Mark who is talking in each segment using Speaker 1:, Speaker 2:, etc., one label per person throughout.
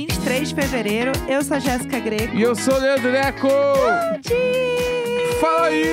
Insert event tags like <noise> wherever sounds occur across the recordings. Speaker 1: um 3 de fevereiro. Eu sou a Jéssica Greco.
Speaker 2: E eu sou o Leandro Neco!
Speaker 1: Bom dia!
Speaker 2: Fala aí!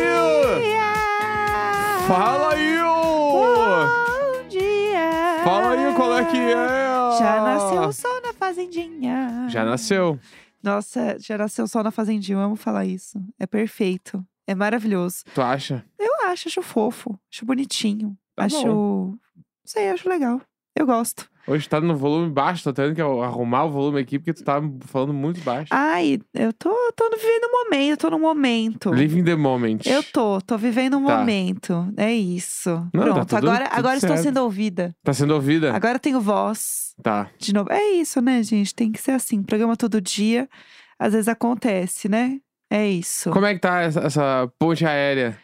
Speaker 2: Fala aí! ô!
Speaker 1: Bom dia!
Speaker 2: Fala aí qual é que é!
Speaker 1: Já nasceu o sol na fazendinha.
Speaker 2: Já nasceu.
Speaker 1: Nossa, já nasceu o sol na fazendinha. Eu amo falar isso. É perfeito. É maravilhoso.
Speaker 2: Tu acha?
Speaker 1: Eu acho, acho fofo. Acho bonitinho.
Speaker 2: Tá
Speaker 1: acho. Não sei, acho legal. Eu gosto.
Speaker 2: Hoje tá no volume baixo, tô tendo que arrumar o volume aqui porque tu tá falando muito baixo.
Speaker 1: Ai, eu tô, tô vivendo um momento, tô num momento.
Speaker 2: Living the moment.
Speaker 1: Eu tô, tô vivendo um
Speaker 2: Tá.
Speaker 1: momento. É isso.
Speaker 2: Não, tá
Speaker 1: Pronto,
Speaker 2: tudo-
Speaker 1: agora,
Speaker 2: tudo
Speaker 1: agora estou
Speaker 2: certo.
Speaker 1: sendo ouvida.
Speaker 2: Tá sendo ouvida?
Speaker 1: Agora tenho voz
Speaker 2: Tá.
Speaker 1: de novo. É isso, né, gente? Tem que ser assim. Programa todo dia. Às vezes acontece, né? É isso.
Speaker 2: Como é que tá essa, essa ponte aérea?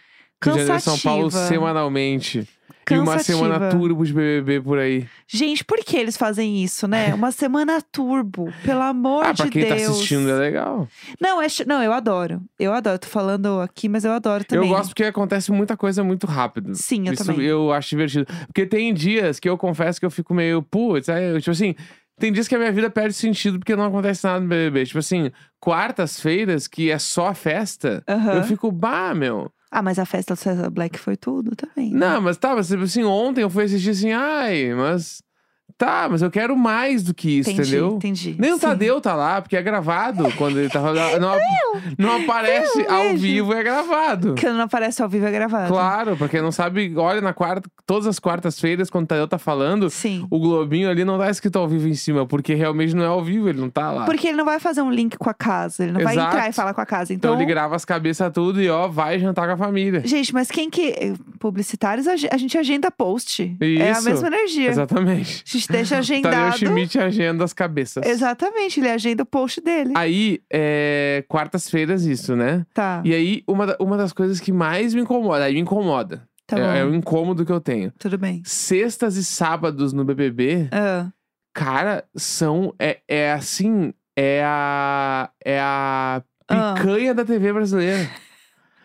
Speaker 2: Rio de Janeiro e São Paulo
Speaker 1: Cansativa.
Speaker 2: semanalmente. E uma
Speaker 1: Cansativa.
Speaker 2: semana turbo de BBB por aí.
Speaker 1: Gente, por que eles fazem isso, né? Uma semana turbo,
Speaker 2: <laughs>
Speaker 1: pelo amor
Speaker 2: ah,
Speaker 1: de
Speaker 2: pra quem
Speaker 1: Deus.
Speaker 2: tá assistindo é legal.
Speaker 1: Não, é ch- não, eu adoro. Eu adoro. Tô falando aqui, mas eu adoro também.
Speaker 2: Eu gosto porque acontece muita coisa muito rápido.
Speaker 1: Sim, eu
Speaker 2: Isso
Speaker 1: também.
Speaker 2: eu acho divertido. Porque tem dias que eu confesso que eu fico meio, putz, aí eu, tipo assim, tem dias que a minha vida perde sentido porque não acontece nada no BBB. Tipo assim, quartas-feiras que é só festa,
Speaker 1: Aham.
Speaker 2: eu fico, bah, meu.
Speaker 1: Ah, mas a festa do César Black foi tudo também. né?
Speaker 2: Não, mas tá, mas tipo assim, ontem eu fui assistir assim, ai, mas tá, mas eu quero mais do que isso,
Speaker 1: entendi,
Speaker 2: entendeu?
Speaker 1: entendi.
Speaker 2: Nem o
Speaker 1: Sim.
Speaker 2: Tadeu tá lá, porque é gravado quando ele tá rodando. Não, não aparece
Speaker 1: eu
Speaker 2: ao
Speaker 1: vejo.
Speaker 2: vivo, é gravado.
Speaker 1: Quando não aparece ao vivo é gravado.
Speaker 2: Claro, pra quem não sabe, olha na quarta, todas as quartas-feiras, quando o Tadeu tá falando,
Speaker 1: Sim.
Speaker 2: o Globinho ali não tá escrito ao vivo em cima, porque realmente não é ao vivo, ele não tá lá.
Speaker 1: Porque ele não vai fazer um link com a casa. Ele não vai
Speaker 2: Exato.
Speaker 1: entrar e falar com a casa.
Speaker 2: Então
Speaker 1: Então,
Speaker 2: ele grava as cabeças tudo e ó, vai jantar com a família.
Speaker 1: gente, mas quem que. eh, Publicitários, a ge- a gente agenda post. É a
Speaker 2: Isso.
Speaker 1: mesma energia.
Speaker 2: Exatamente.
Speaker 1: A gente deixa
Speaker 2: <laughs> Tadeu
Speaker 1: agendado.
Speaker 2: Schmidt agenda as cabeças.
Speaker 1: Exatamente, ele agenda o post dele.
Speaker 2: Aí, é, quartas-feiras, isso, né?
Speaker 1: Tá,
Speaker 2: E aí, uma, da- uma das coisas que mais me incomoda, aí me incomoda.
Speaker 1: tá bom.
Speaker 2: é, é o incômodo que eu tenho.
Speaker 1: Tudo bem.
Speaker 2: Sextas e sábados no BBB,
Speaker 1: Ah,
Speaker 2: Cara, são. É, é assim. É a. É a
Speaker 1: Ah.
Speaker 2: picanha da TV brasileira.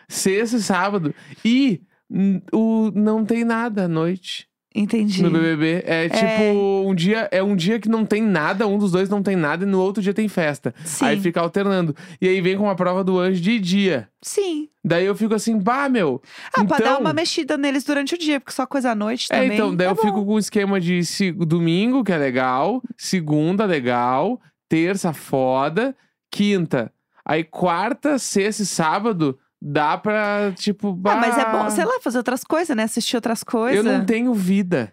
Speaker 2: Sexta e sábado. E n- o, não tem nada à noite
Speaker 1: entendi.
Speaker 2: no BBB. É tipo um dia. É um dia que não tem nada, um dos dois não tem nada, e no outro dia tem festa.
Speaker 1: Sim.
Speaker 2: Aí fica alternando. E aí vem com a prova do anjo de dia.
Speaker 1: Sim.
Speaker 2: Daí eu fico assim, bah, meu.
Speaker 1: Ah,
Speaker 2: então,
Speaker 1: pra dar uma mexida neles durante o dia, porque só coisa à noite
Speaker 2: É,
Speaker 1: também.
Speaker 2: então, daí
Speaker 1: Tá
Speaker 2: eu
Speaker 1: bom.
Speaker 2: fico com o esquema de se- domingo, que é legal, segunda, legal, terça, foda, quinta. Aí quarta, sexta e sábado, dá pra, tipo,
Speaker 1: Ah,
Speaker 2: bah,
Speaker 1: mas é bom, sei lá, fazer outras coisas, né? Assistir outras coisas.
Speaker 2: Eu não tenho
Speaker 1: <laughs>
Speaker 2: vida.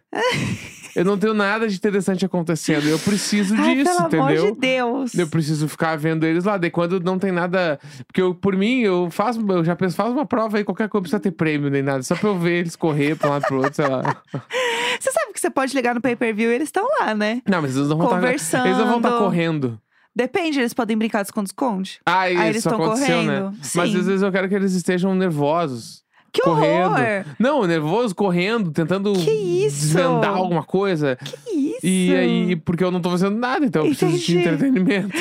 Speaker 2: eu não tenho nada de interessante acontecendo. Eu preciso
Speaker 1: Ai,
Speaker 2: disso,
Speaker 1: pelo
Speaker 2: entendeu?
Speaker 1: amor de Deus.
Speaker 2: Eu preciso ficar vendo eles lá. Daí quando não tem nada. Porque eu, por mim, eu faço. Eu já penso, faz uma prova aí, qualquer coisa, não precisa ter prêmio nem nada. Só pra eu ver eles correr pra um lado e pro outro, sei lá.
Speaker 1: Você sabe que você pode ligar no pay-per-view e eles estão lá, né?
Speaker 2: Não, mas eles não vão
Speaker 1: Conversando.
Speaker 2: Tá, eles não vão estar correndo.
Speaker 1: Depende, eles podem brincar de esconde-esconde.
Speaker 2: Ah, isso
Speaker 1: Aí eles tão
Speaker 2: aconteceu,
Speaker 1: correndo.
Speaker 2: né?
Speaker 1: Sim.
Speaker 2: Mas às vezes eu quero que eles estejam nervosos.
Speaker 1: Que
Speaker 2: correndo.
Speaker 1: horror!
Speaker 2: Não, nervoso, correndo, tentando
Speaker 1: Que isso?
Speaker 2: desvendar alguma coisa.
Speaker 1: Que isso?
Speaker 2: E aí, porque eu não tô fazendo nada, então eu preciso de
Speaker 1: Entendi.
Speaker 2: entretenimento.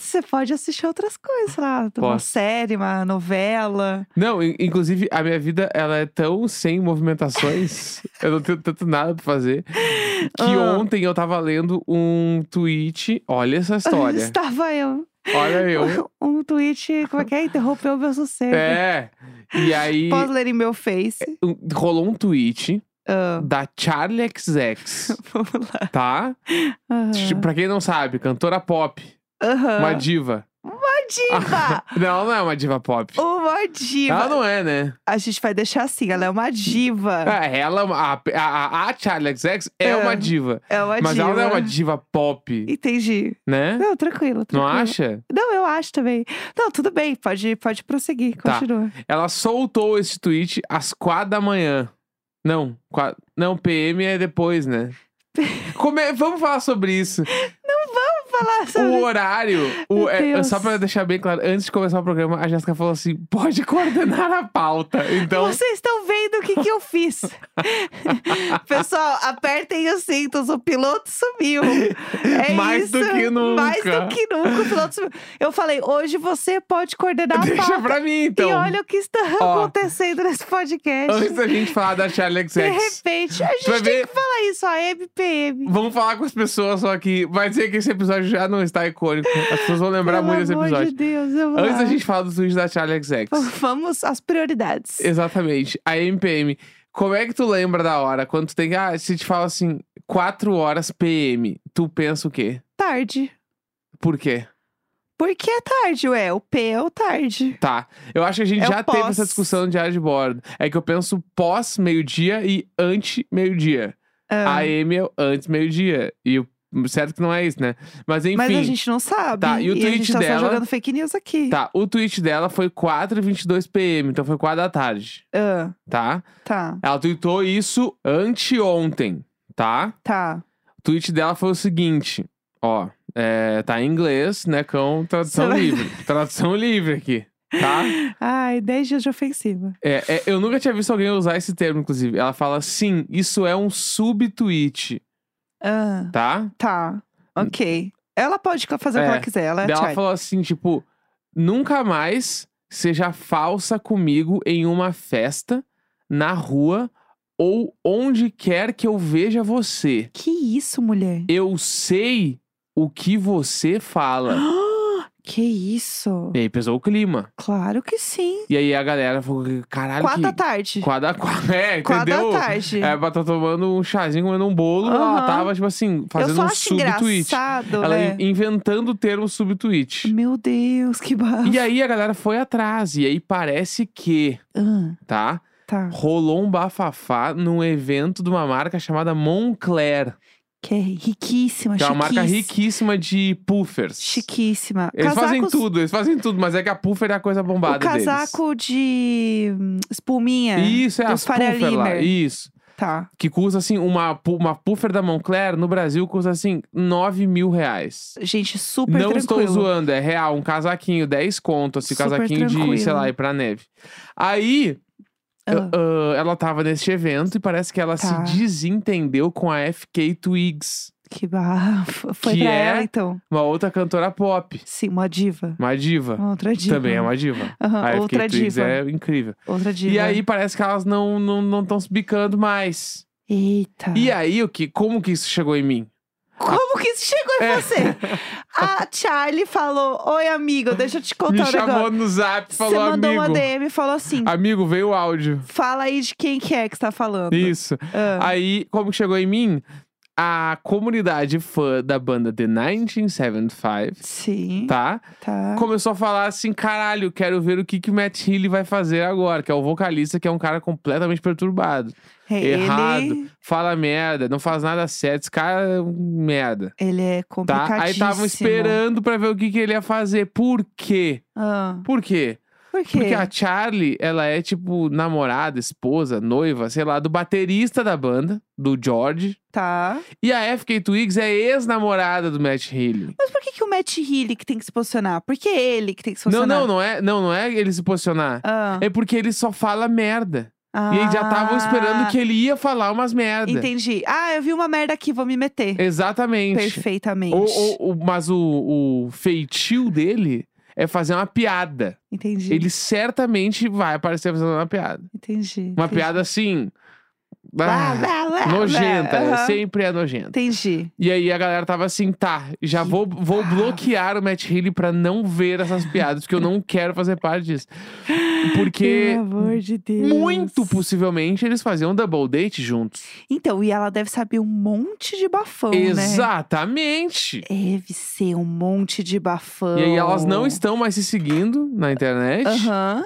Speaker 1: Você pode assistir outras coisas lá. Uma
Speaker 2: Posso.
Speaker 1: série, uma novela.
Speaker 2: Não, in- inclusive, a minha vida, ela é tão sem movimentações. <laughs> eu não tenho tanto nada pra fazer. Que
Speaker 1: Ah.
Speaker 2: ontem eu tava lendo um tweet. Olha essa
Speaker 1: <laughs>
Speaker 2: história.
Speaker 1: Estava eu.
Speaker 2: Olha eu.
Speaker 1: Um tweet, como é que <laughs> é? Interrompeu meu sossego.
Speaker 2: É. E aí,
Speaker 1: Posso ler em meu face?
Speaker 2: um- rolou um tweet
Speaker 1: Ah,
Speaker 2: da Charlie XX,
Speaker 1: <laughs> vamos lá. <laughs>
Speaker 2: tá?
Speaker 1: Aham.
Speaker 2: Pra quem não sabe, cantora pop,
Speaker 1: Aham.
Speaker 2: Tipo, uma diva.
Speaker 1: Ah. diva!
Speaker 2: <laughs> não, não é uma diva pop.
Speaker 1: Uma diva!
Speaker 2: Ela não é, né?
Speaker 1: A gente vai deixar assim, ela é uma diva.
Speaker 2: É, Ela, é uma- a, a, a Charlie XX é
Speaker 1: É,
Speaker 2: uma diva.
Speaker 1: É uma
Speaker 2: Mas
Speaker 1: diva.
Speaker 2: ela não é uma diva pop,
Speaker 1: Entendi.
Speaker 2: né?
Speaker 1: Não, tranquilo,
Speaker 2: Não
Speaker 1: tranquilo.
Speaker 2: acha?
Speaker 1: Não, eu acho também. Não, tudo bem, pode, pode prosseguir,
Speaker 2: Tá.
Speaker 1: continua.
Speaker 2: Ela soltou esse tweet às quatro da manhã. Não, qua- não, PM é depois, né? Como é- vamos falar sobre isso.
Speaker 1: Falar sobre...
Speaker 2: O horário. o-
Speaker 1: Meu
Speaker 2: é,
Speaker 1: Deus.
Speaker 2: só pra deixar bem claro, antes de começar o programa, a Jéssica falou assim: pode coordenar a pauta. Então,
Speaker 1: Vocês estão vendo entendo o que, que eu fiz. <laughs> Pessoal, apertem os cintos, o piloto sumiu. É
Speaker 2: <laughs> Mais
Speaker 1: isso.
Speaker 2: do que nunca.
Speaker 1: Mais do que nunca, o piloto sumiu. Eu falei, hoje você pode coordenar a
Speaker 2: <laughs> Deixa
Speaker 1: pauta.
Speaker 2: pra mim, então.
Speaker 1: E olha o que está
Speaker 2: Ó.
Speaker 1: acontecendo nesse podcast.
Speaker 2: Antes da gente falar da Charlie
Speaker 1: De
Speaker 2: XX.
Speaker 1: repente, a gente
Speaker 2: vai
Speaker 1: tem
Speaker 2: ver-
Speaker 1: que falar isso, a MPM.
Speaker 2: Vamos falar com as pessoas só que vai dizer que esse episódio já não está icônico. As pessoas vão lembrar
Speaker 1: Pelo
Speaker 2: muito desse
Speaker 1: amor
Speaker 2: episódio.
Speaker 1: de Deus, eu vou
Speaker 2: Antes
Speaker 1: lá.
Speaker 2: da gente falar dos tweets da Charlie XX.
Speaker 1: Vamos às prioridades.
Speaker 2: Exatamente. A MPM. Como é que tu lembra da hora? Quando tu tem. Ah, se te fala assim, 4 horas PM, tu pensa o quê?
Speaker 1: Tarde.
Speaker 2: Por quê?
Speaker 1: Por que é tarde, ué? O P é o tarde.
Speaker 2: Tá. Eu acho que a gente
Speaker 1: É o
Speaker 2: já teve
Speaker 1: pós.
Speaker 2: essa discussão de diário de bordo. É que eu penso pós meio-dia e ante meio-dia.
Speaker 1: Ah,
Speaker 2: AM é o antes meio-dia. E o- certo que não é isso, né? Mas enfim.
Speaker 1: Mas a gente não sabe.
Speaker 2: Tá, e o
Speaker 1: a
Speaker 2: tweet
Speaker 1: gente tá
Speaker 2: dela-
Speaker 1: só jogando fake news aqui.
Speaker 2: Tá, o tweet dela foi 4h22 PM, então foi 4 da tarde,
Speaker 1: Ah,
Speaker 2: tá?
Speaker 1: tá,
Speaker 2: Ela tweetou isso anteontem, tá?
Speaker 1: tá.
Speaker 2: O tweet dela foi o seguinte, ó, é, tá em inglês, né, cão, tradução
Speaker 1: Você vai-
Speaker 2: livre. Tradução livre aqui,
Speaker 1: <laughs>
Speaker 2: tá?
Speaker 1: Ai, 10 dias de ofensiva.
Speaker 2: É, é, eu nunca tinha visto alguém usar esse termo, inclusive. Ela fala, sim, isso é um subtweet,
Speaker 1: Ah,
Speaker 2: tá?
Speaker 1: tá. Ok. Ela pode fazer o que
Speaker 2: É,
Speaker 1: ela quiser. Ela é
Speaker 2: Daí ela
Speaker 1: Charlie.
Speaker 2: falou assim, tipo, nunca mais seja falsa comigo em uma festa, na rua ou onde quer que eu veja você.
Speaker 1: Que isso, mulher?
Speaker 2: Eu sei o que você fala.
Speaker 1: Ah, <gasps> que isso?
Speaker 2: E aí pesou o clima.
Speaker 1: Claro que sim.
Speaker 2: E aí a galera falou, caralho,
Speaker 1: Quatro da
Speaker 2: que...
Speaker 1: tarde.
Speaker 2: Quatro da quatro. <laughs> É,
Speaker 1: Quatro da
Speaker 2: entendeu?
Speaker 1: tarde.
Speaker 2: É, pra tá tomando um chazinho, comendo um bolo. Ela
Speaker 1: Aham.
Speaker 2: tava, tipo assim,
Speaker 1: Eu
Speaker 2: fazendo
Speaker 1: só
Speaker 2: um
Speaker 1: acho
Speaker 2: subtweet.
Speaker 1: engraçado,
Speaker 2: Ela
Speaker 1: né?
Speaker 2: in- inventando o termo subtweet.
Speaker 1: Meu Deus, que barra.
Speaker 2: E aí a galera foi atrás, e aí parece que,
Speaker 1: Ah,
Speaker 2: tá?
Speaker 1: tá.
Speaker 2: Rolou um bafafá num evento de uma marca chamada Moncler,
Speaker 1: Que é riquíssima,
Speaker 2: que é uma marca
Speaker 1: chiquíssima.
Speaker 2: riquíssima de puffers.
Speaker 1: Chiquíssima.
Speaker 2: Eles fazem
Speaker 1: Casacos-
Speaker 2: tudo, eles fazem tudo, mas é que a puffer é a coisa bombada
Speaker 1: O casaco de hum, espuminha.
Speaker 2: deles. Isso, é
Speaker 1: dos
Speaker 2: as puffer lá,
Speaker 1: Faria Limer.
Speaker 2: isso.
Speaker 1: Tá.
Speaker 2: Que custa assim, uma, pu- uma puffer da Moncler no Brasil custa assim, 9 mil reais.
Speaker 1: Gente, super
Speaker 2: Não
Speaker 1: tranquilo.
Speaker 2: estou zoando, é real, um casaquinho, 10 conto, esse
Speaker 1: Super
Speaker 2: casaquinho de, sei
Speaker 1: tranquilo.
Speaker 2: lá, ir pra neve. Aí,
Speaker 1: Ah,
Speaker 2: Ah, ela tava neste evento e parece que ela
Speaker 1: Tá.
Speaker 2: se desentendeu com a FK Twigs,
Speaker 1: que bafo. <laughs> Foi
Speaker 2: que
Speaker 1: pra
Speaker 2: é-
Speaker 1: ela, então.
Speaker 2: uma outra cantora pop,
Speaker 1: Sim, uma diva.
Speaker 2: uma diva.
Speaker 1: Uma outra diva.
Speaker 2: Também é uma diva.
Speaker 1: Aham,
Speaker 2: a
Speaker 1: outra
Speaker 2: FK Twigs
Speaker 1: diva.
Speaker 2: é incrível.
Speaker 1: Outra diva.
Speaker 2: E aí parece que elas não estão não, tão se bicando mais.
Speaker 1: Eita.
Speaker 2: E aí, o que, como que isso chegou em mim?
Speaker 1: Como que isso chegou
Speaker 2: É.
Speaker 1: em você? A Charlie falou: Oi, amigo, deixa eu te
Speaker 2: Me
Speaker 1: contar um
Speaker 2: chamou
Speaker 1: negócio.
Speaker 2: no zap e
Speaker 1: Você
Speaker 2: falou,
Speaker 1: mandou um uma
Speaker 2: amigo.
Speaker 1: DM e falou assim:
Speaker 2: Amigo, veio o áudio.
Speaker 1: Fala aí de quem que é que você tá falando.
Speaker 2: Isso.
Speaker 1: Ah,
Speaker 2: Aí, como que chegou em mim? A comunidade fã da banda The 1975,
Speaker 1: sim.
Speaker 2: tá?
Speaker 1: tá.
Speaker 2: começou a falar assim: caralho, quero ver o que, que o Matt Healy vai fazer agora, que é o vocalista, que é um cara completamente perturbado.
Speaker 1: É,
Speaker 2: Errado,
Speaker 1: Ele,
Speaker 2: fala merda, não faz nada certo, esse cara é um merda.
Speaker 1: ele é
Speaker 2: Tá?
Speaker 1: complicadíssimo.
Speaker 2: Aí estavam esperando pra ver o que, que ele ia fazer. Por quê?
Speaker 1: Ah,
Speaker 2: Por quê?
Speaker 1: por quê?
Speaker 2: Porque a Charlie, ela é tipo namorada, esposa, noiva, sei lá, do baterista da banda, do George.
Speaker 1: Tá.
Speaker 2: E a FK Twigs é ex-namorada do Matt Healy.
Speaker 1: Mas por que, que o Matt Healy que tem que se posicionar? Por que ele que tem que se
Speaker 2: Não,
Speaker 1: posicionar?
Speaker 2: não, não é, não, não é ele se posicionar.
Speaker 1: Ah.
Speaker 2: É porque ele só fala merda. E aí já estavam esperando que ele ia falar umas merda.
Speaker 1: Entendi. Ah, eu vi uma merda aqui, vou me meter.
Speaker 2: Exatamente.
Speaker 1: Perfeitamente.
Speaker 2: O- o- o- mas o, o feitio dele é fazer uma piada.
Speaker 1: Entendi.
Speaker 2: Ele certamente vai aparecer fazendo uma piada.
Speaker 1: Entendi.
Speaker 2: Uma
Speaker 1: entendi.
Speaker 2: piada assim.
Speaker 1: Blá,
Speaker 2: ah,
Speaker 1: blá, blá, blá.
Speaker 2: nojenta.
Speaker 1: Aham.
Speaker 2: Sempre é nojenta.
Speaker 1: Entendi.
Speaker 2: E aí a galera tava assim, tá, já
Speaker 1: Que
Speaker 2: vou, vou
Speaker 1: bafo.
Speaker 2: bloquear o Matt Healy pra não ver essas piadas, porque eu não quero fazer parte disso. Porque
Speaker 1: Pelo amor de Deus.
Speaker 2: muito possivelmente eles faziam double date juntos.
Speaker 1: Então, e ela deve saber um monte de bafão, né?
Speaker 2: Exatamente.
Speaker 1: Deve ser um monte de bafão.
Speaker 2: E aí elas não estão mais se seguindo na internet.
Speaker 1: Aham.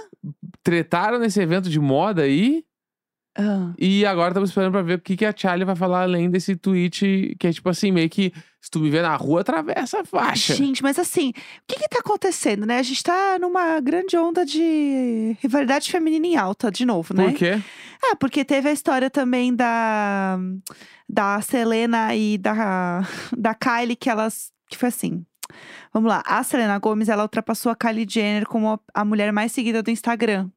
Speaker 2: Tretaram nesse evento de moda aí.
Speaker 1: Ah,
Speaker 2: E agora estamos esperando pra ver o que, que a Charlie vai falar além desse tweet, que é tipo assim, meio que se tu me ver na rua, atravessa a faixa.
Speaker 1: Gente, mas assim, o que que tá acontecendo, né? A gente tá numa grande onda de rivalidade feminina em alta de novo, né?
Speaker 2: Por quê?
Speaker 1: Ah, porque teve a história também da da Selena e da <laughs> da Kylie que elas que foi assim. Vamos lá, a Selena Gomes ela ultrapassou a Kylie Jenner como a- a mulher mais seguida do Instagram.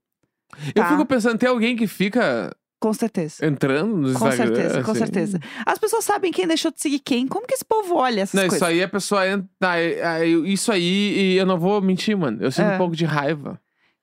Speaker 2: Eu
Speaker 1: Tá.
Speaker 2: fico pensando, tem alguém que fica
Speaker 1: Com certeza.
Speaker 2: entrando no
Speaker 1: Com
Speaker 2: Instagram?
Speaker 1: certeza, com
Speaker 2: assim?
Speaker 1: certeza. As pessoas sabem quem deixou de seguir quem. Como que esse povo olha essas
Speaker 2: Não,
Speaker 1: coisas?
Speaker 2: isso aí a pessoa entra. ah, eu- eu- Isso aí, e eu não vou mentir, mano. Eu sinto
Speaker 1: É.
Speaker 2: um pouco de raiva.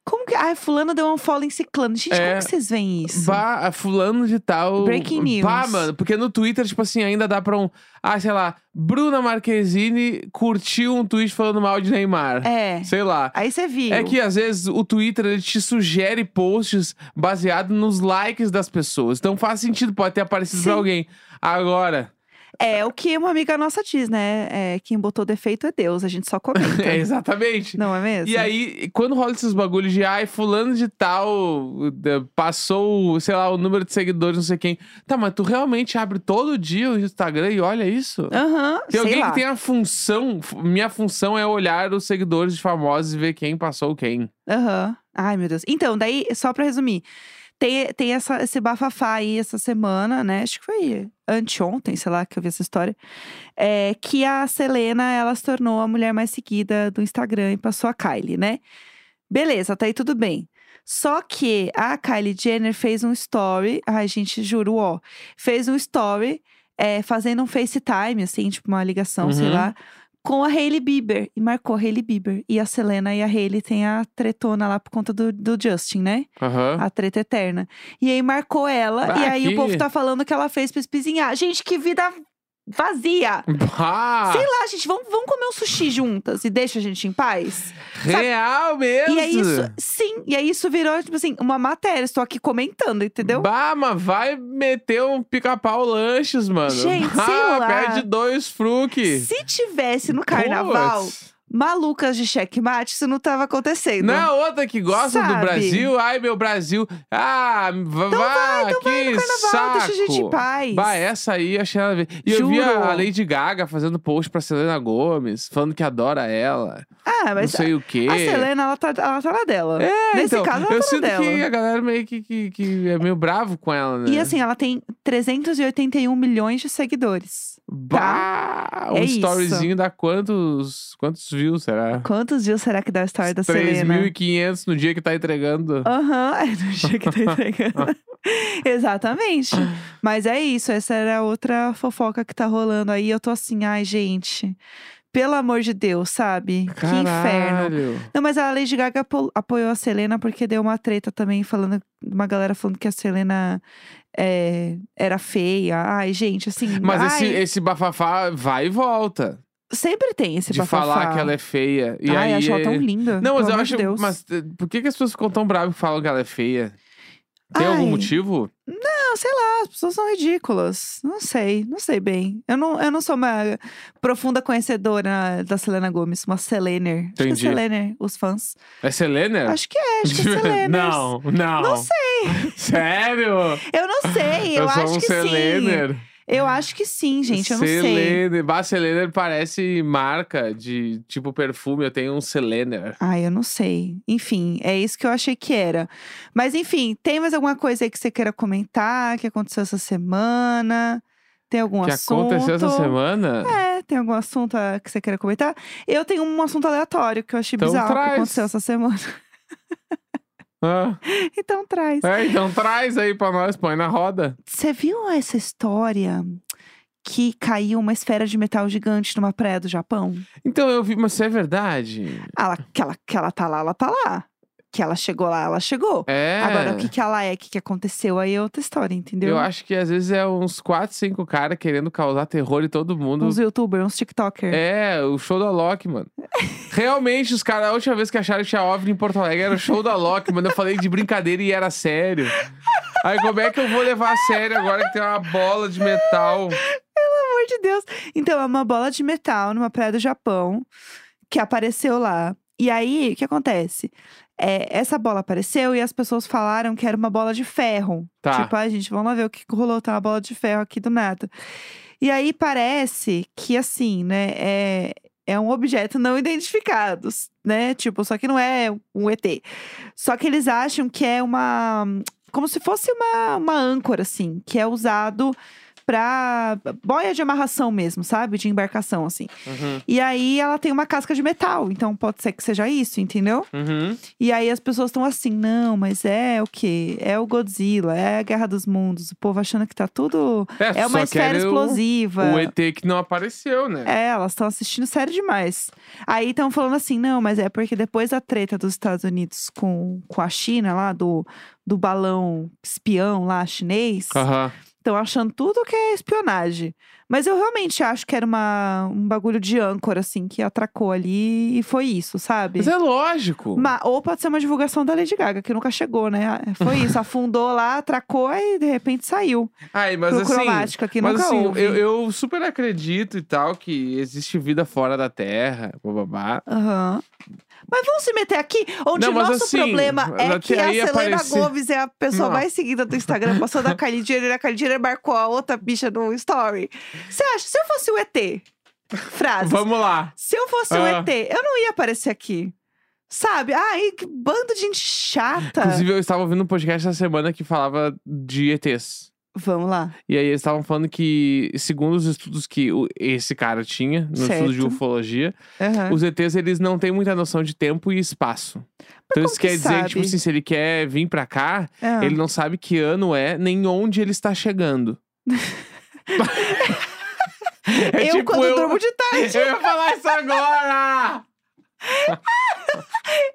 Speaker 1: Como que. Ai, fulano deu um follow em ciclano. Gente,
Speaker 2: É.
Speaker 1: como que vocês veem isso?
Speaker 2: Bah, ah, fulano de tal.
Speaker 1: Breaking news.
Speaker 2: Bah, mano, porque no Twitter, tipo assim, ainda dá pra um. Ah, sei lá, Bruna Marquezine curtiu um tweet falando mal de Neymar.
Speaker 1: É.
Speaker 2: Sei lá.
Speaker 1: Aí você viu.
Speaker 2: É que às vezes o Twitter ele te sugere posts baseado nos likes das pessoas. Então faz sentido, pode ter aparecido pra
Speaker 1: Sim.
Speaker 2: alguém. Agora, <laughs>
Speaker 1: É o que uma amiga nossa diz, né? É, quem botou defeito é Deus, a gente só comenta.
Speaker 2: <laughs> é exatamente.
Speaker 1: Não é mesmo?
Speaker 2: E aí, quando rola esses bagulhos de ai, fulano de tal da- passou, sei lá, o número de seguidores, não sei quem. Tá, mas tu realmente abre todo dia o Instagram e olha isso?
Speaker 1: Aham,
Speaker 2: Tem
Speaker 1: sei
Speaker 2: alguém
Speaker 1: lá.
Speaker 2: que tem a função. fu- Minha função é olhar os seguidores de famosos e ver quem passou quem.
Speaker 1: Aham. Ai, meu Deus. Então, daí, só pra resumir. Tem, tem essa, esse bafafá aí essa semana, né? Acho que foi anteontem, sei lá, que eu vi essa história. É, que a Selena, ela se tornou a mulher mais seguida do Instagram e passou a Kylie, né? Beleza, até aí tudo bem. Só que a Kylie Jenner fez um story. Ai, gente, juro, ó. Fez um story é, fazendo um FaceTime, assim, tipo uma ligação, sei
Speaker 2: Uhum.
Speaker 1: lá. Com a Hailey Bieber. E marcou a Hailey Bieber. E a Selena e a Hailey tem a tretona lá por conta do, do Justin, né?
Speaker 2: Aham.
Speaker 1: A treta eterna. E aí marcou ela.
Speaker 2: Ah,
Speaker 1: e aí
Speaker 2: que-
Speaker 1: o povo tá falando que ela fez pra espizinhar. Gente, que vida vazia!
Speaker 2: Bah,
Speaker 1: Sei lá, gente, vamos, vamos comer um sushi juntas e deixa a gente em paz?
Speaker 2: real mesmo.
Speaker 1: E é isso, sim, e aí isso virou, tipo assim, uma matéria. Estou aqui comentando, entendeu?
Speaker 2: Bah, mas vai meter um pica-pau lanches, mano. <laughs>
Speaker 1: Gente,
Speaker 2: bah,
Speaker 1: sei lá.
Speaker 2: perde dois fruque.
Speaker 1: Se tivesse no carnaval,
Speaker 2: Puts.
Speaker 1: malucas de checkmate, isso não tava acontecendo.
Speaker 2: Não é outra que gosta do
Speaker 1: Sabe?
Speaker 2: Brasil. Ai, meu Brasil. Ah, então vá,
Speaker 1: então
Speaker 2: que
Speaker 1: vai no carnaval,
Speaker 2: saco.
Speaker 1: deixa a gente em paz.
Speaker 2: Bah, é? essa aí achei ela ver. E eu vi
Speaker 1: Juro.
Speaker 2: a Lady Gaga fazendo post pra Selena Gomes, falando que adora ela.
Speaker 1: Ah, mas
Speaker 2: não sei o quê.
Speaker 1: a Selena, ela tá, ela tá na dela.
Speaker 2: É,
Speaker 1: Nesse
Speaker 2: então,
Speaker 1: caso, ela
Speaker 2: eu
Speaker 1: tá na
Speaker 2: sinto
Speaker 1: dela.
Speaker 2: que a galera meio que, que, que é meio bravo com ela, né?
Speaker 1: E assim, ela tem 381 milhões de seguidores.
Speaker 2: bah, um
Speaker 1: é isso.
Speaker 2: storyzinho dá quantos, quantos views, será?
Speaker 1: Quantos dias será que dá a história da Selena?
Speaker 2: 3.500 no dia que tá entregando.
Speaker 1: Aham, <laughs> é do jeito que tá
Speaker 2: <laughs>
Speaker 1: entregando. Exatamente. Mas é isso, essa era outra fofoca que tá rolando aí. Eu tô assim, ai, gente. Pelo amor de Deus, sabe? Que inferno.
Speaker 2: Caralho.
Speaker 1: Não, mas a Lady Gaga apo- apoiou a Selena porque deu uma treta também, falando. Uma galera falando que a Selena é, era feia. Ai, gente, assim.
Speaker 2: Mas esse,
Speaker 1: ai,
Speaker 2: esse bafafá vai e volta.
Speaker 1: Sempre tem esse
Speaker 2: de
Speaker 1: bafafá.
Speaker 2: falar que ela é feia. E
Speaker 1: Ai,
Speaker 2: aí.
Speaker 1: eu acho ela
Speaker 2: é-
Speaker 1: tão linda.
Speaker 2: Não, mas
Speaker 1: pelo
Speaker 2: eu
Speaker 1: amor de
Speaker 2: acho.
Speaker 1: Deus.
Speaker 2: Mas eh, por que, que as pessoas ficam tão bravas que falam que ela é feia? Tem algum
Speaker 1: Ai.
Speaker 2: motivo?
Speaker 1: Não, sei lá, as pessoas são ridículas. Não sei, não sei bem. Eu não, eu não sou uma profunda conhecedora da Selena Gomes, uma Selener. Acho que é
Speaker 2: Entendi.
Speaker 1: Selener, os fãs.
Speaker 2: É Selena?
Speaker 1: Acho que é, acho que é Selener.
Speaker 2: <laughs> não, não.
Speaker 1: Não
Speaker 2: sei. Sério?
Speaker 1: Eu não sei, eu,
Speaker 2: sou
Speaker 1: acho
Speaker 2: um
Speaker 1: que sim.
Speaker 2: Selener.
Speaker 1: Eu acho que sim, gente, eu não sei.
Speaker 2: Selener. Bah, Selener parece marca de tipo perfume. Eu tenho um Selener.
Speaker 1: Ai, eu não sei. Enfim, é isso que eu achei que era. Mas enfim, tem mais alguma coisa aí que você queira comentar, que aconteceu essa semana? Tem algum
Speaker 2: que
Speaker 1: Um assunto?
Speaker 2: aconteceu essa semana?
Speaker 1: É, tem algum assunto ah, que você queira comentar? Eu tenho um assunto aleatório que eu achei
Speaker 2: Então
Speaker 1: bizarro
Speaker 2: traz.
Speaker 1: que aconteceu essa semana. <laughs> É.
Speaker 2: Ah,
Speaker 1: Então traz.
Speaker 2: é, então traz aí pra nós, põe na roda.
Speaker 1: Você viu essa história que caiu uma esfera de metal gigante numa praia do Japão?
Speaker 2: Então eu vi, mas isso é verdade.
Speaker 1: Ah, Ela, que, ela, que ela tá lá, ela tá lá. Que ela chegou lá, ela chegou.
Speaker 2: É.
Speaker 1: Agora, o que, que ela é, o que, que aconteceu, aí é outra história, entendeu?
Speaker 2: Eu acho que às vezes é uns 4, 5 caras querendo causar terror em todo mundo.
Speaker 1: Uns youtubers, uns tiktoker.
Speaker 2: É, o show da
Speaker 1: <laughs>
Speaker 2: Loki, mano. Realmente, os caras, a última vez que acharam que tinha OVNI em Porto Alegre era o show da Loki, mano. Eu falei de brincadeira e era sério. Aí como é que eu vou levar a sério agora que tem uma bola de metal?
Speaker 1: Pelo amor de Deus. Então, é uma bola de metal numa praia do Japão que apareceu lá. E aí, o que acontece? É, essa bola apareceu e as pessoas falaram que era uma bola de ferro.
Speaker 2: Tá.
Speaker 1: Tipo, ai, gente, vamos lá ver o que que rolou. Tá uma bola de ferro aqui do nada. E aí parece que, assim, né? É, é um objeto não identificado, s- né? Tipo, só que não é um ET. Só que eles acham que é uma. Como se fosse uma, uma âncora, assim, que é usado pra boia de amarração mesmo, sabe? De embarcação, assim.
Speaker 2: Uhum.
Speaker 1: E aí ela tem uma casca de metal, então pode ser que seja isso, entendeu?
Speaker 2: Uhum.
Speaker 1: E aí as pessoas estão assim, não, mas é o quê? É o Godzilla, é a Guerra dos Mundos, o povo achando que tá tudo. É, uma
Speaker 2: só
Speaker 1: esfera
Speaker 2: quero
Speaker 1: explosiva.
Speaker 2: O é. ET que não apareceu, né?
Speaker 1: É, elas estão assistindo sério demais. Aí estão falando assim, não, mas é porque depois da treta dos Estados Unidos com, com a China lá, do, do balão espião lá chinês,
Speaker 2: Aham.
Speaker 1: estão achando tudo que é espionagem. Mas eu realmente acho que era uma, um bagulho de âncora, assim, que atracou ali e foi isso, sabe?
Speaker 2: Mas é lógico.
Speaker 1: Ma- ou pode ser uma divulgação da Lady Gaga, que nunca chegou, né? Foi
Speaker 2: <laughs>
Speaker 1: isso, afundou lá, atracou e de repente saiu.
Speaker 2: Ai, mas
Speaker 1: pro
Speaker 2: assim,
Speaker 1: cromática, que
Speaker 2: Mas
Speaker 1: nunca
Speaker 2: assim,
Speaker 1: houve.
Speaker 2: eu, eu super acredito e tal que existe vida fora da Terra, bababá.
Speaker 1: Aham. Mas vamos se meter aqui, onde
Speaker 2: Não,
Speaker 1: o
Speaker 2: mas
Speaker 1: nosso
Speaker 2: assim,
Speaker 1: problema
Speaker 2: mas
Speaker 1: é
Speaker 2: até
Speaker 1: que a
Speaker 2: aí
Speaker 1: Selena
Speaker 2: aparecer-
Speaker 1: Gomes é a pessoa
Speaker 2: Não.
Speaker 1: mais seguida do Instagram. Passou
Speaker 2: <laughs>
Speaker 1: da Kylie Jenner, a Kylie Jenner marcou a outra bicha no story. Você acha, se eu fosse o ET, frase,
Speaker 2: Vamos lá.
Speaker 1: se eu fosse o
Speaker 2: Ah.
Speaker 1: ET, eu não ia aparecer aqui. Sabe? Ai, que bando de gente chata.
Speaker 2: Inclusive, eu estava ouvindo um podcast essa semana que falava de ETs.
Speaker 1: Vamos lá.
Speaker 2: E aí eles estavam falando que, segundo os estudos que o- esse cara tinha, no estudo de
Speaker 1: Certo. É.
Speaker 2: ufologia,
Speaker 1: Aham.
Speaker 2: os ETs eles não têm muita noção de tempo e espaço. então isso
Speaker 1: como que
Speaker 2: quer dizer que, tipo
Speaker 1: sabe?
Speaker 2: assim, se ele quer vir pra cá,
Speaker 1: Ah.
Speaker 2: ele não sabe que ano é, nem onde ele
Speaker 1: <laughs>
Speaker 2: está chegando. é
Speaker 1: eu, quando
Speaker 2: eu,
Speaker 1: durmo de
Speaker 2: <laughs>
Speaker 1: tarde,
Speaker 2: Eu ia falar isso agora!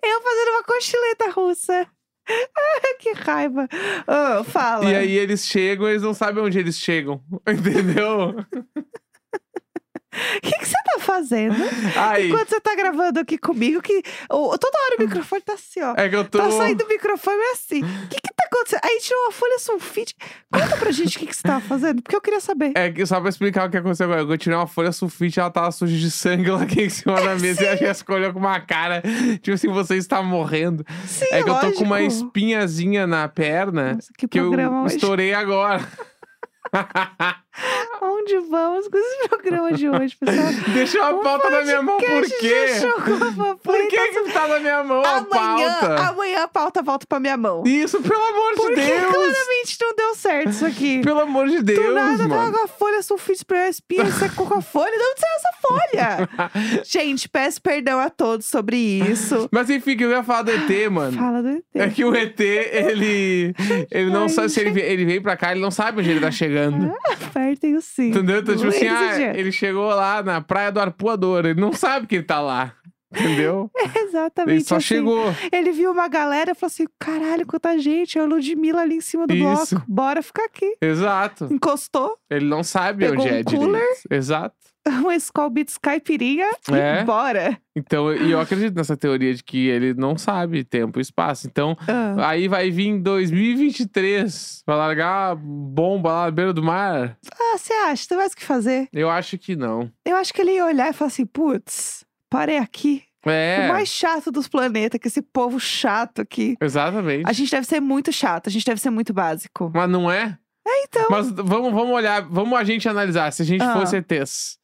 Speaker 1: eu fazendo uma cochileta russa. Ah, que raiva. Ah, fala.
Speaker 2: E aí eles chegam, eles não sabem onde eles chegam. <laughs> Entendeu?
Speaker 1: O que que você tá
Speaker 2: <laughs>
Speaker 1: fazendo?
Speaker 2: Aí.
Speaker 1: Enquanto você tá gravando aqui comigo, que o- toda hora o microfone tá assim, ó.
Speaker 2: É que eu tô.
Speaker 1: Tá saindo do microfone é assim. O que que tá acontecendo? Aí tirou uma folha sulfite. Conta pra gente o que que você tava fazendo, porque eu queria saber.
Speaker 2: É que só pra explicar o que aconteceu agora. Eu tirei uma folha sulfite, ela tava suja de sangue lá aqui em
Speaker 1: <laughs>
Speaker 2: cima
Speaker 1: É,
Speaker 2: da mesa e a Jéssica olhou com uma cara. Tipo assim, você está morrendo.
Speaker 1: Sim,
Speaker 2: é que eu tô com uma
Speaker 1: lógico.
Speaker 2: espinhazinha na perna
Speaker 1: Nossa, que,
Speaker 2: que eu
Speaker 1: programa hoje.
Speaker 2: estourei agora. <laughs>
Speaker 1: Onde vamos com esse programa de hoje, pessoal?
Speaker 2: <laughs> Deixou a pauta na minha mão, por
Speaker 1: Um Podcast
Speaker 2: quê?
Speaker 1: de Chocobo
Speaker 2: Por
Speaker 1: Play,
Speaker 2: que
Speaker 1: tá-
Speaker 2: que tá na minha mão a
Speaker 1: Amanhã,
Speaker 2: pauta?
Speaker 1: amanhã a pauta volta pra minha mão.
Speaker 2: Isso, pelo amor de
Speaker 1: Porque
Speaker 2: Deus!
Speaker 1: claramente não deu certo isso aqui.
Speaker 2: Pelo amor de Deus,
Speaker 1: Do nada, tá
Speaker 2: mano.
Speaker 1: uma folha sulfite pra espinha, secou com a folha. De onde saiu essa
Speaker 2: <laughs>
Speaker 1: folha? Gente, peço perdão a todos sobre isso.
Speaker 2: Mas enfim, que eu ia falar do ET, mano.
Speaker 1: Ah, Fala do ET.
Speaker 2: É que o ET, ele. Ele não
Speaker 1: Ai, Ah,
Speaker 2: sabe. Se ele, vem- ele vem pra cá, ele não sabe onde ele tá chegando.
Speaker 1: Apertem o sim.
Speaker 2: Entendeu? Então, tipo assim,
Speaker 1: Esse
Speaker 2: ah,
Speaker 1: dia.
Speaker 2: ele chegou lá na praia do Arpoador. Ele não sabe que ele tá lá. Entendeu?
Speaker 1: Exatamente.
Speaker 2: Ele só
Speaker 1: É assim.
Speaker 2: chegou.
Speaker 1: Ele viu uma galera e falou assim: caralho, quanta gente. É o Ludmilla ali em cima do
Speaker 2: Isso.
Speaker 1: bloco. Bora ficar aqui.
Speaker 2: Exato.
Speaker 1: Encostou <laughs>
Speaker 2: Ele não sabe
Speaker 1: Pegou
Speaker 2: onde
Speaker 1: um
Speaker 2: é
Speaker 1: cooler.
Speaker 2: direito. Exato.
Speaker 1: uma Skull Beats caipirinha
Speaker 2: É.
Speaker 1: e bora.
Speaker 2: Então, eu- e eu acredito nessa teoria de que ele não sabe tempo e espaço. Então,
Speaker 1: Ah.
Speaker 2: aí vai vir em 2023. Vai largar bomba lá na beira do mar?
Speaker 1: Ah, você acha? Tem mais o que fazer?
Speaker 2: Eu acho que não.
Speaker 1: Eu acho que ele ia olhar e falar assim: putz, parei aqui.
Speaker 2: É.
Speaker 1: O mais chato dos planetas, que esse povo chato aqui.
Speaker 2: Exatamente.
Speaker 1: A gente deve ser muito chato, a gente deve ser muito básico.
Speaker 2: Mas não é?
Speaker 1: Então,
Speaker 2: Mas vamos, vamos olhar, vamos a gente analisar. Se a gente
Speaker 1: Ah.
Speaker 2: fosse ETs,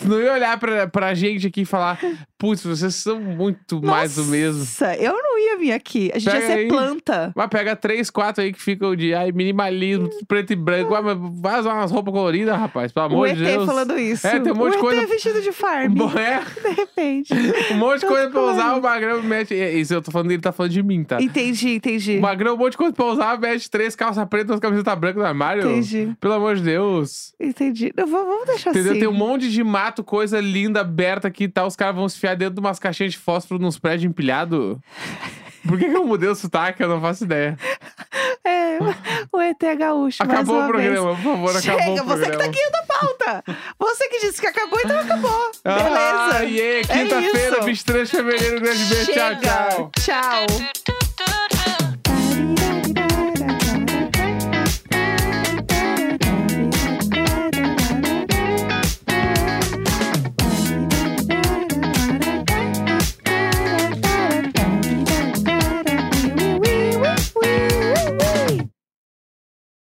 Speaker 2: tu não ia olhar pra, pra gente aqui e falar: putz, vocês são muito mais do mesmo.
Speaker 1: nossa, eu não ia vir aqui. A gente
Speaker 2: Pega
Speaker 1: ia ser
Speaker 2: aí.
Speaker 1: planta.
Speaker 2: Mas pega três, quatro aí que ficam de ai, minimalismo, tudo preto e branco. Ah, mas vai usar umas roupas coloridas, rapaz, pelo amor
Speaker 1: Hum. o ET
Speaker 2: de Deus.
Speaker 1: falando isso.
Speaker 2: É, tem um monte de
Speaker 1: o
Speaker 2: coisa-
Speaker 1: ET vestido de farm,
Speaker 2: <laughs> Bom, é,
Speaker 1: de repente.
Speaker 2: <laughs> um monte de
Speaker 1: Tudo
Speaker 2: coisa pra usar,
Speaker 1: colorido.
Speaker 2: o Magrão mete. é, Isso eu tô falando, ele tá falando de mim, tá?
Speaker 1: Entendi, entendi.
Speaker 2: O Magrão, um monte de coisa pra usar, mete três calça preta, umas camisetas brancas no armário.
Speaker 1: Entendi,
Speaker 2: Pelo amor de Deus.
Speaker 1: entendi. Não, vamos vamos deixar
Speaker 2: Entendeu?
Speaker 1: assim.
Speaker 2: Tem um monte de mato, coisa linda, aberta aqui e tal. Os caras vão se fiar dentro de umas caixinhas de fósforo nos prédios empilhados. Por que, que eu mudei o sotaque? Eu não faço ideia.
Speaker 1: É, <laughs> o ET é gaúcho, mais
Speaker 2: Acabou
Speaker 1: uma
Speaker 2: o programa, por favor,
Speaker 1: vez.
Speaker 2: acabou
Speaker 1: Chega,
Speaker 2: o
Speaker 1: você que
Speaker 2: programa.
Speaker 1: tá guiando a pauta. Você que disse que acabou, então acabou.
Speaker 2: <laughs> Ah,
Speaker 1: Beleza. É
Speaker 2: yeah, quinta-feira,
Speaker 1: isso.
Speaker 2: 23 de fevereiro. Grande beijo, tchau,
Speaker 1: Chega.
Speaker 2: tchau.
Speaker 1: Tchau.